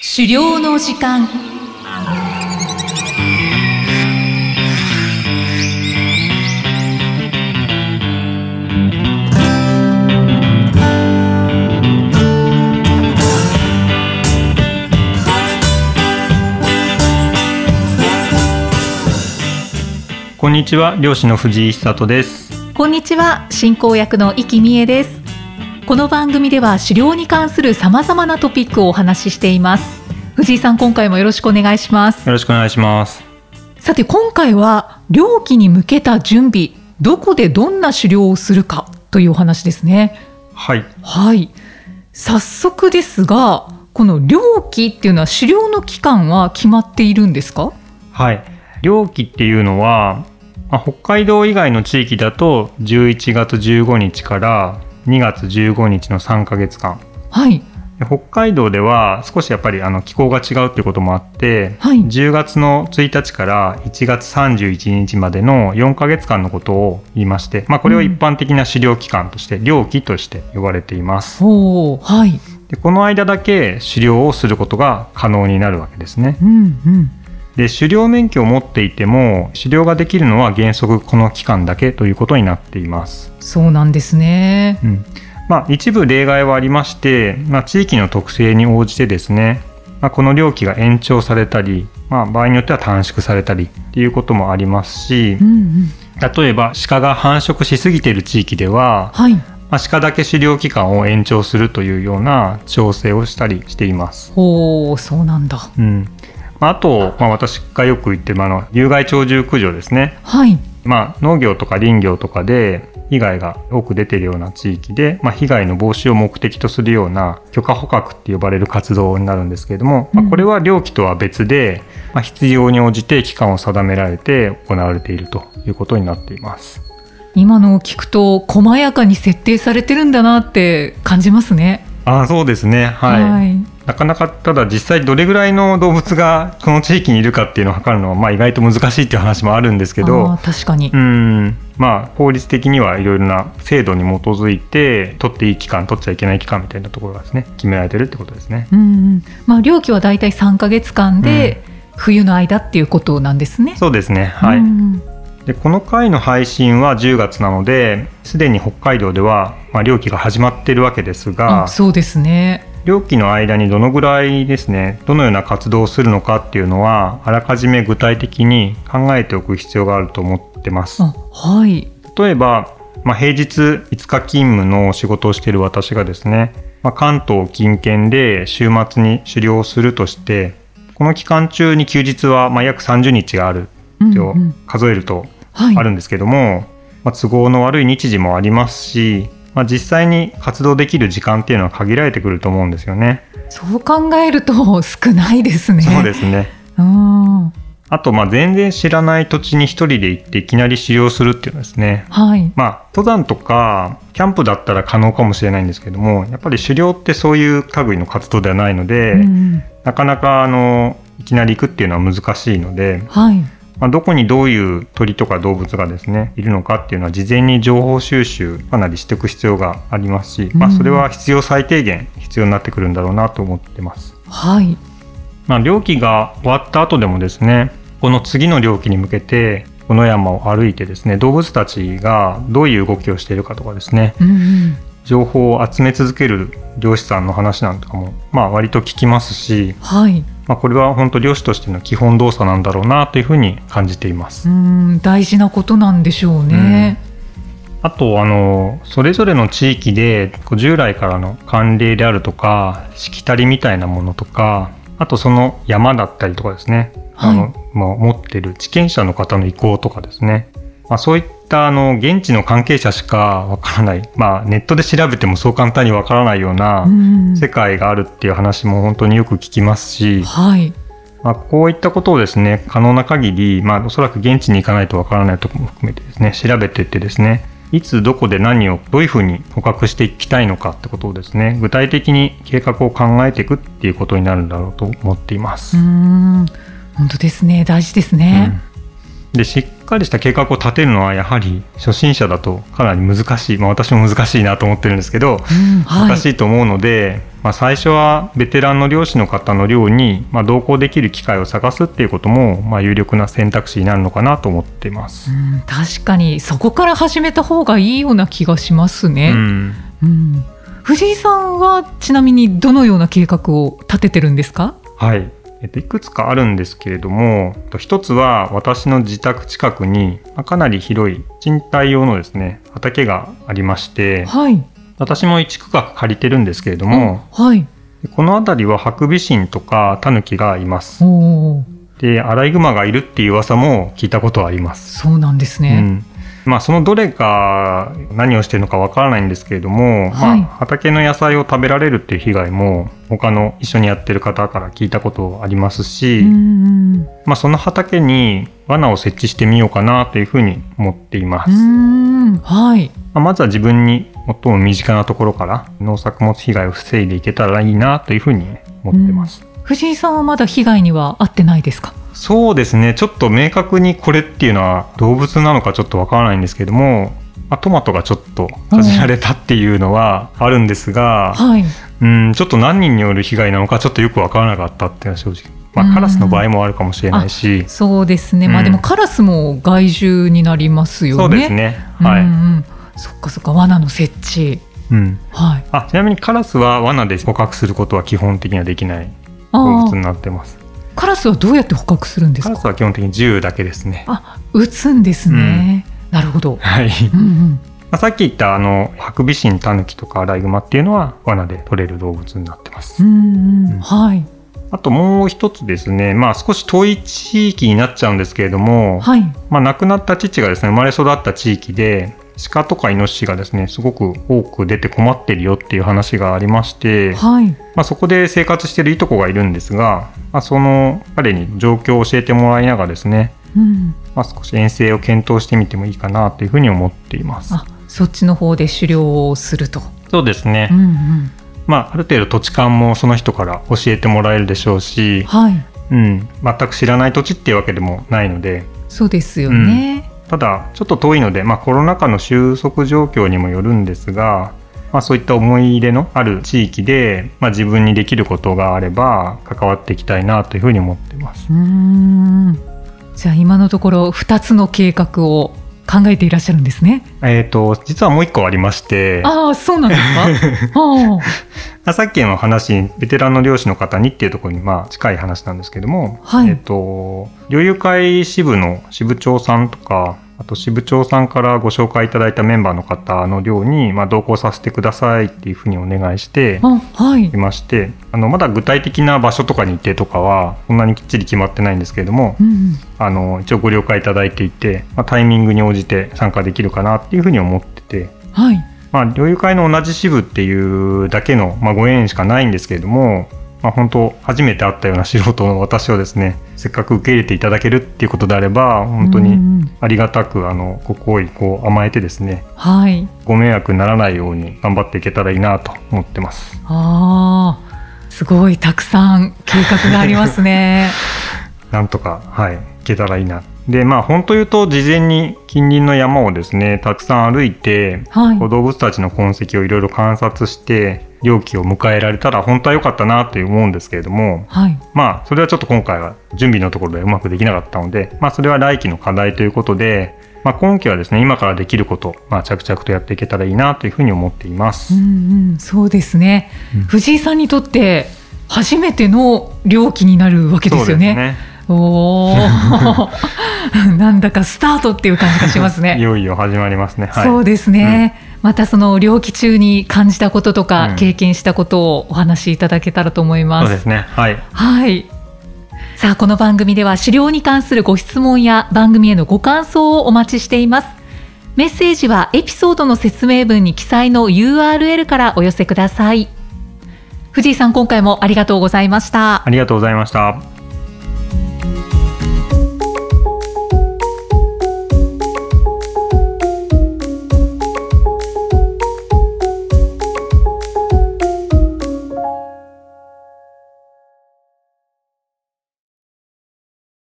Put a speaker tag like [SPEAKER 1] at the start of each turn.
[SPEAKER 1] 狩猟の時間
[SPEAKER 2] こんにちは、漁師の藤井久人です。
[SPEAKER 1] こんにちは進行役の生きみえですこの番組では狩猟に関するさまざまなトピックをお話ししています藤井さん今回もよろしくお願いします
[SPEAKER 2] よろしくお願いします。
[SPEAKER 1] さて今回は猟期に向けた準備どこでどんな狩猟をするかというお話ですね
[SPEAKER 2] はい、
[SPEAKER 1] はい早速ですがこの猟期っていうのは狩猟の期間は決まっているんですか
[SPEAKER 2] はい、漁期っていうのは、まあ、北海道以外の地域だと11月15日から2月15日の3ヶ月間。
[SPEAKER 1] はい
[SPEAKER 2] で北海道では少しやっぱりあの気候が違うっていうこともあって、
[SPEAKER 1] はい
[SPEAKER 2] 10月の1日から1月31日までの4ヶ月間のことを言いまして、まあ、これを一般的な狩猟期間として猟期として呼ばれています。
[SPEAKER 1] おおはい
[SPEAKER 2] でこの間だけ狩猟をすることが可能になるわけですね
[SPEAKER 1] うんうん
[SPEAKER 2] で狩猟免許を持っていても狩猟ができるのは原則この期間だけということになっています、
[SPEAKER 1] そうなんですね
[SPEAKER 2] うんまあ、一部例外はありまして、まあ、地域の特性に応じてですね、まあ、この猟期が延長されたり、まあ、場合によっては短縮されたりっていうこともありますし
[SPEAKER 1] うんうん
[SPEAKER 2] 例えば鹿が繁殖しすぎている地域では、
[SPEAKER 1] はい
[SPEAKER 2] まあ、鹿だけ狩猟期間を延長するというような調整をしたりしています
[SPEAKER 1] おおそうなんだ
[SPEAKER 2] うんまあ、あと、まあ、私がよく言ってる、まああの有害鳥獣駆除ですね、
[SPEAKER 1] はい
[SPEAKER 2] まあ、農業とか林業とかで被害が多く出てるような地域で、まあ、被害の防止を目的とするような許可捕獲って呼ばれる活動になるんですけれども、ま
[SPEAKER 1] う
[SPEAKER 2] あ、
[SPEAKER 1] ん
[SPEAKER 2] これは猟期とは別で、まあ、必要に応じて期間を定められて行われているということになっています。
[SPEAKER 1] 今のを聞くと細やかに設定されてるんだなって感じますね
[SPEAKER 2] あそうですね、はい
[SPEAKER 1] い
[SPEAKER 2] なかなかただ実際どれぐらいの動物がこの地域にいるかっていうのを測るのは、まあ、意外と難しいっていう話もあるんですけど
[SPEAKER 1] あー確かに
[SPEAKER 2] うんまあ法律的にはいろいろな制度に基づいて取っていい期間取っちゃいけない期間みたいなところがですね決められてるってことですね
[SPEAKER 1] うんうんまあ漁期はだいたい3ヶ月間で、冬の間っていうことなんですね
[SPEAKER 2] そうですねはい、
[SPEAKER 1] うん
[SPEAKER 2] でこの回の配信は10月なのですでに北海道では、まあ、漁期が始まってるわけです
[SPEAKER 1] あ
[SPEAKER 2] が
[SPEAKER 1] そうですね
[SPEAKER 2] 漁期の間にどのぐらいですねどのような活動をするのかっていうのはあらかじめ具体的に考えておく必要があると思ってます
[SPEAKER 1] あはい
[SPEAKER 2] 例えば、まあ、平日5日勤務の仕事をしている私がですね、まあ、関東近県で週末に狩猟をするとしてこの期間中に休日はまあ約30日がある
[SPEAKER 1] うん
[SPEAKER 2] っ
[SPEAKER 1] う
[SPEAKER 2] て
[SPEAKER 1] ん
[SPEAKER 2] 数えると
[SPEAKER 1] はい
[SPEAKER 2] あるんですけども、まあ、都合の悪い日時もありますし、まあ、実際に活動できる時間っていうのは限られてくると思うんですよね。
[SPEAKER 1] そう考えると少ないですね
[SPEAKER 2] そうですね
[SPEAKER 1] うん
[SPEAKER 2] あとまあ全然知らない土地に一人で行っていきなり狩猟するっていうのはですね
[SPEAKER 1] はい
[SPEAKER 2] まあ、登山とかキャンプだったら可能かもしれないんですけどもやっぱり狩猟ってそういう類の活動ではないので、
[SPEAKER 1] うんうん
[SPEAKER 2] なかなかあのいきなり行くっていうのは難しいので、
[SPEAKER 1] はい
[SPEAKER 2] まあ、どこにどういう鳥とか動物がですねいるのかっていうのは事前に情報収集かなりしていく必要がありますし、まあ、
[SPEAKER 1] うん
[SPEAKER 2] それは必要最低限必要になってくるんだろうなと思ってます。
[SPEAKER 1] はい
[SPEAKER 2] まあ、漁期が終わった後でもですねこの次の漁期に向けてこの山を歩いてですね動物たちがどういう動きをしているかとかですね
[SPEAKER 1] うんうん
[SPEAKER 2] 情報を集め続ける漁師さんの話なんかも、まあ、割と聞きますし、
[SPEAKER 1] はい
[SPEAKER 2] まあ、これは本当漁師としての基本動作なんだろうなというふうに感じていま
[SPEAKER 1] う
[SPEAKER 2] す。
[SPEAKER 1] ん大事なことなんでしょうね。
[SPEAKER 2] あとあのそれぞれの地域でこう従来からの慣例であるとかしきたりみたいなものとかあとその山だったりとかですね、
[SPEAKER 1] はい
[SPEAKER 2] あのまあ、持ってる地権者の方の意向とかですね、まあ、そういったあの現地の関係者しかわからない、まあ、ネットで調べてもそう簡単にわからないような、
[SPEAKER 1] うん
[SPEAKER 2] 世界があるっていう話も本当によく聞きますし、
[SPEAKER 1] はい
[SPEAKER 2] まあ、こういったことをですね可能な限り、まあ、おそらく現地に行かないとわからないところも含めてですね調べてってですねいつどこで何をどういうふうに捕獲していきたいのかってことをですね具体的に計画を考えていくっていうことになるんだろうと思っていま
[SPEAKER 1] う
[SPEAKER 2] す。
[SPEAKER 1] ん本当ですね大事です
[SPEAKER 2] う
[SPEAKER 1] ね
[SPEAKER 2] ん。でしっかりした計画を立てるのはやはり初心者だとかなり難しい、まあ、私も難しいなと思ってるんですけど、
[SPEAKER 1] うんは
[SPEAKER 2] 難
[SPEAKER 1] い
[SPEAKER 2] しいと思うので、まあ、最初はベテランの漁師の方の漁に、まあ、同行できる機会を探すっていうことも、まあ、有力な選択肢になるのかなと思っていま
[SPEAKER 1] う
[SPEAKER 2] す。
[SPEAKER 1] ん、確かにそこから始めた方がいいような気がします
[SPEAKER 2] う
[SPEAKER 1] ね、
[SPEAKER 2] ん
[SPEAKER 1] うん藤井さんはちなみにどのような計画を立ててるんですか
[SPEAKER 2] はいえっと、いくつかあるんですけれどもえっと一つは私の自宅近くにまあかなり広い賃貸用のですね畑がありまして
[SPEAKER 1] はい、
[SPEAKER 2] 私も1区画借りてるんですけれども
[SPEAKER 1] はい、
[SPEAKER 2] でこの辺りはハクビシンとかタヌキがいます
[SPEAKER 1] おー
[SPEAKER 2] でアライグマがいるっていう噂も聞いたことあります
[SPEAKER 1] そうなんです
[SPEAKER 2] う
[SPEAKER 1] ね、
[SPEAKER 2] んまあ、そのどれが何をしてるのかわからないんですけれども、
[SPEAKER 1] はい
[SPEAKER 2] まあ、畑の野菜を食べられるっていう被害も他の一緒にやってる方から聞いたことありますし、
[SPEAKER 1] うん、う
[SPEAKER 2] まあ、その畑に罠を設置してみようかなというふうに思っています、ま
[SPEAKER 1] ん、はい、
[SPEAKER 2] あ、まずは自分に最も身近なところから農作物被害を防いでいけたらいいなというふうに思ってます、
[SPEAKER 1] 藤井さんはまだ被害には遭ってないですか
[SPEAKER 2] そうですねちょっと明確にこれっていうのは動物なのかちょっとわからないんですけども、まあ、トマトがちょっとかじられたっていうのはあるんですが、
[SPEAKER 1] はい、
[SPEAKER 2] うん、ちょっと何人による被害なのかちょっとよくわからなかったっていうのは正直、ま
[SPEAKER 1] うん
[SPEAKER 2] あ、カラスの場合もあるかもしれないし
[SPEAKER 1] そうですね、まあ
[SPEAKER 2] うん
[SPEAKER 1] でもカラスも害獣になりますよね
[SPEAKER 2] そうですねは
[SPEAKER 1] うん
[SPEAKER 2] い、
[SPEAKER 1] うん、そっかそっか罠の設置
[SPEAKER 2] うん、
[SPEAKER 1] はい
[SPEAKER 2] あちなみにカラスは罠で捕獲することは基本的にはできない動
[SPEAKER 1] あ
[SPEAKER 2] 物
[SPEAKER 1] ー
[SPEAKER 2] になってます
[SPEAKER 1] カラスはどうやって捕獲するんです
[SPEAKER 2] カ
[SPEAKER 1] か
[SPEAKER 2] ラスは基本的に銃だけですね
[SPEAKER 1] あ撃つんですね、なるほど、
[SPEAKER 2] はい、
[SPEAKER 1] う
[SPEAKER 2] ま
[SPEAKER 1] んうん、
[SPEAKER 2] あ、さっき言ったあのハクビシンタヌキとかアライグマっていうのは罠で捕れる動物になってます、
[SPEAKER 1] うんう、
[SPEAKER 2] うんん
[SPEAKER 1] はい
[SPEAKER 2] あともう一つですねまあ少し遠い地域になっちゃうんですけれども、
[SPEAKER 1] はい
[SPEAKER 2] まあ、亡くなった父がですね生まれ育った地域で鹿とかイノシシがですねすごく多く出て困ってるよっていう話がありまして、
[SPEAKER 1] はい
[SPEAKER 2] まあ、そこで生活してるいとこがいるんですが、まあ、その彼に状況を教えてもらいながらですね、
[SPEAKER 1] うん
[SPEAKER 2] まあ、少し遠征を検討してみてもいいかなというふうに思っています。
[SPEAKER 1] あそっちの方で狩猟をすると、
[SPEAKER 2] そうですね、
[SPEAKER 1] うんうん、
[SPEAKER 2] まあ、ある程度土地勘もその人から教えてもらえるでしょうし、
[SPEAKER 1] はい
[SPEAKER 2] うん、全く知らない土地っていうわけでもないので
[SPEAKER 1] そうですよね、
[SPEAKER 2] ただちょっと遠いので、まあ、コロナ禍の収束状況にもよるんですが、まあ、そういった思い入れのある地域で、まあ、自分にできることがあれば関わっていきたいなというふうに思っています。
[SPEAKER 1] うんじゃあ今のところ2つの計画を考えていらっしゃるんですね
[SPEAKER 2] えー、と実はもう一個ありまして
[SPEAKER 1] ああそうなんですかあ
[SPEAKER 2] あさっきの話ベテランの漁師の方にっていうところにまあ近い話なんですけども、
[SPEAKER 1] はい
[SPEAKER 2] えっ、と猟友会支部の支部長さんとかあと支部長さんからご紹介いただいたメンバーの方の漁に、まあ、同行させてくださいっていうふうにお願いして
[SPEAKER 1] あはい
[SPEAKER 2] いましてあのまだ具体的な場所とか日程とかはそんなにきっちり決まってないんですけれども
[SPEAKER 1] うんうん
[SPEAKER 2] あの一応ご了解いただいていて、まあ、タイミングに応じて参加できるかなっていうふうに思ってて。
[SPEAKER 1] はい
[SPEAKER 2] まあ、猟友会の同じ支部っていうだけの、まあ、ご縁しかないんですけれども、まあ、本当初めて会ったような素人の私をですねせっかく受け入れていただけるっていうことであれば本当
[SPEAKER 1] うん
[SPEAKER 2] に
[SPEAKER 1] うん
[SPEAKER 2] ありがたくあのご好意こう甘えてですね
[SPEAKER 1] はい
[SPEAKER 2] ご迷惑にならないように頑張っていけたらいいなと思ってます
[SPEAKER 1] ああすごいたくさん計画がありますね
[SPEAKER 2] なんとかはいいけたらいいなでまあ本当言うと事前に近隣の山をですねたくさん歩いて
[SPEAKER 1] はい
[SPEAKER 2] こう動物たちの痕跡をいろいろ観察して猟期を迎えられたら本当は良かったなという思うんですけれども
[SPEAKER 1] はい
[SPEAKER 2] まあそれはちょっと今回は準備のところでうまくできなかったのでまあそれは来期の課題ということで、まあ、今期はですね今からできること、まあ、着々とやっていけたらいいなというふうに思っていま
[SPEAKER 1] う
[SPEAKER 2] す。
[SPEAKER 1] んうんそうですね、
[SPEAKER 2] うん
[SPEAKER 1] 藤井さんにとって初めての猟期になるわけですよねおお なんだかスタートっていう感じがします
[SPEAKER 2] そうですねい
[SPEAKER 1] ね
[SPEAKER 2] よいよ始まりますね。はい、
[SPEAKER 1] そうですね、またその猟期中に感じたこととか、
[SPEAKER 2] うん
[SPEAKER 1] 経験したことをお話しいただけたらと思いま
[SPEAKER 2] そう
[SPEAKER 1] す
[SPEAKER 2] ですね。はい。
[SPEAKER 1] はい。さあ、この番組では狩猟に関するご質問や番組へのご感想をお待ちしています。メッセージはエピソードの説明文に記載の URL からお寄せください。藤井さん、今回もありがとうございました。
[SPEAKER 2] ありがとうございました。